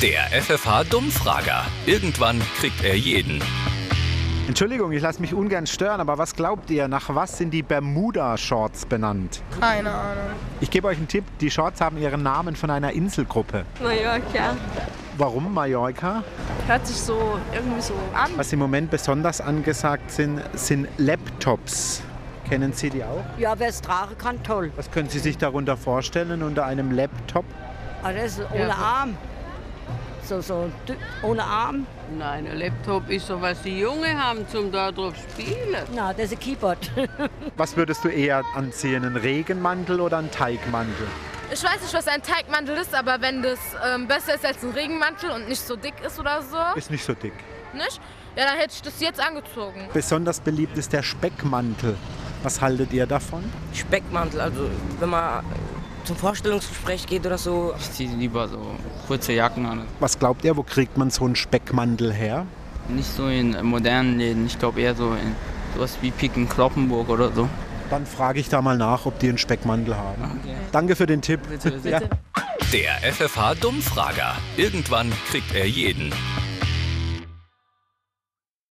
Der FFH-Dummfrager. Irgendwann kriegt er jeden. Entschuldigung, ich lasse mich ungern stören, aber was glaubt ihr, nach was sind die Bermuda-Shorts benannt? Keine Ahnung. Ich gebe euch einen Tipp, die Shorts haben ihren Namen von einer Inselgruppe. Mallorca. Warum Mallorca? Hört sich so irgendwie so an. Was im Moment besonders angesagt sind, sind Laptops. Kennen Sie die auch? Ja, wer es tragen kann, toll. Was können Sie sich darunter vorstellen unter einem Laptop? Aber Ah, das ist ohne Arm. So, so, dü- ohne Arm. Nein, ein Laptop ist so, was die Jungen haben, zum da drauf spielen. Na, das ist ein Keyboard. Was würdest du eher anziehen, einen Regenmantel oder einen Teigmantel? Ich weiß nicht, was ein Teigmantel ist, aber wenn das ähm, besser ist als ein Regenmantel und nicht so dick ist oder so, Ist nicht so dick. nicht? Ja, dann hätte ich das jetzt angezogen. Besonders beliebt ist der Speckmantel. Was haltet ihr davon? Speckmantel, also wenn man zum Vorstellungsgespräch geht oder so. Ich ziehe lieber so kurze Jacken an. Was glaubt ihr, wo kriegt man so einen Speckmantel her? Nicht so in modernen Läden, ich glaube eher so in sowas wie Piken Kloppenburg oder so. Dann frage ich da mal nach, ob die einen Speckmantel haben. Danke für den Tipp. Bitte, bitte. Ja. Der FFH-Dummfrager. Irgendwann kriegt er jeden.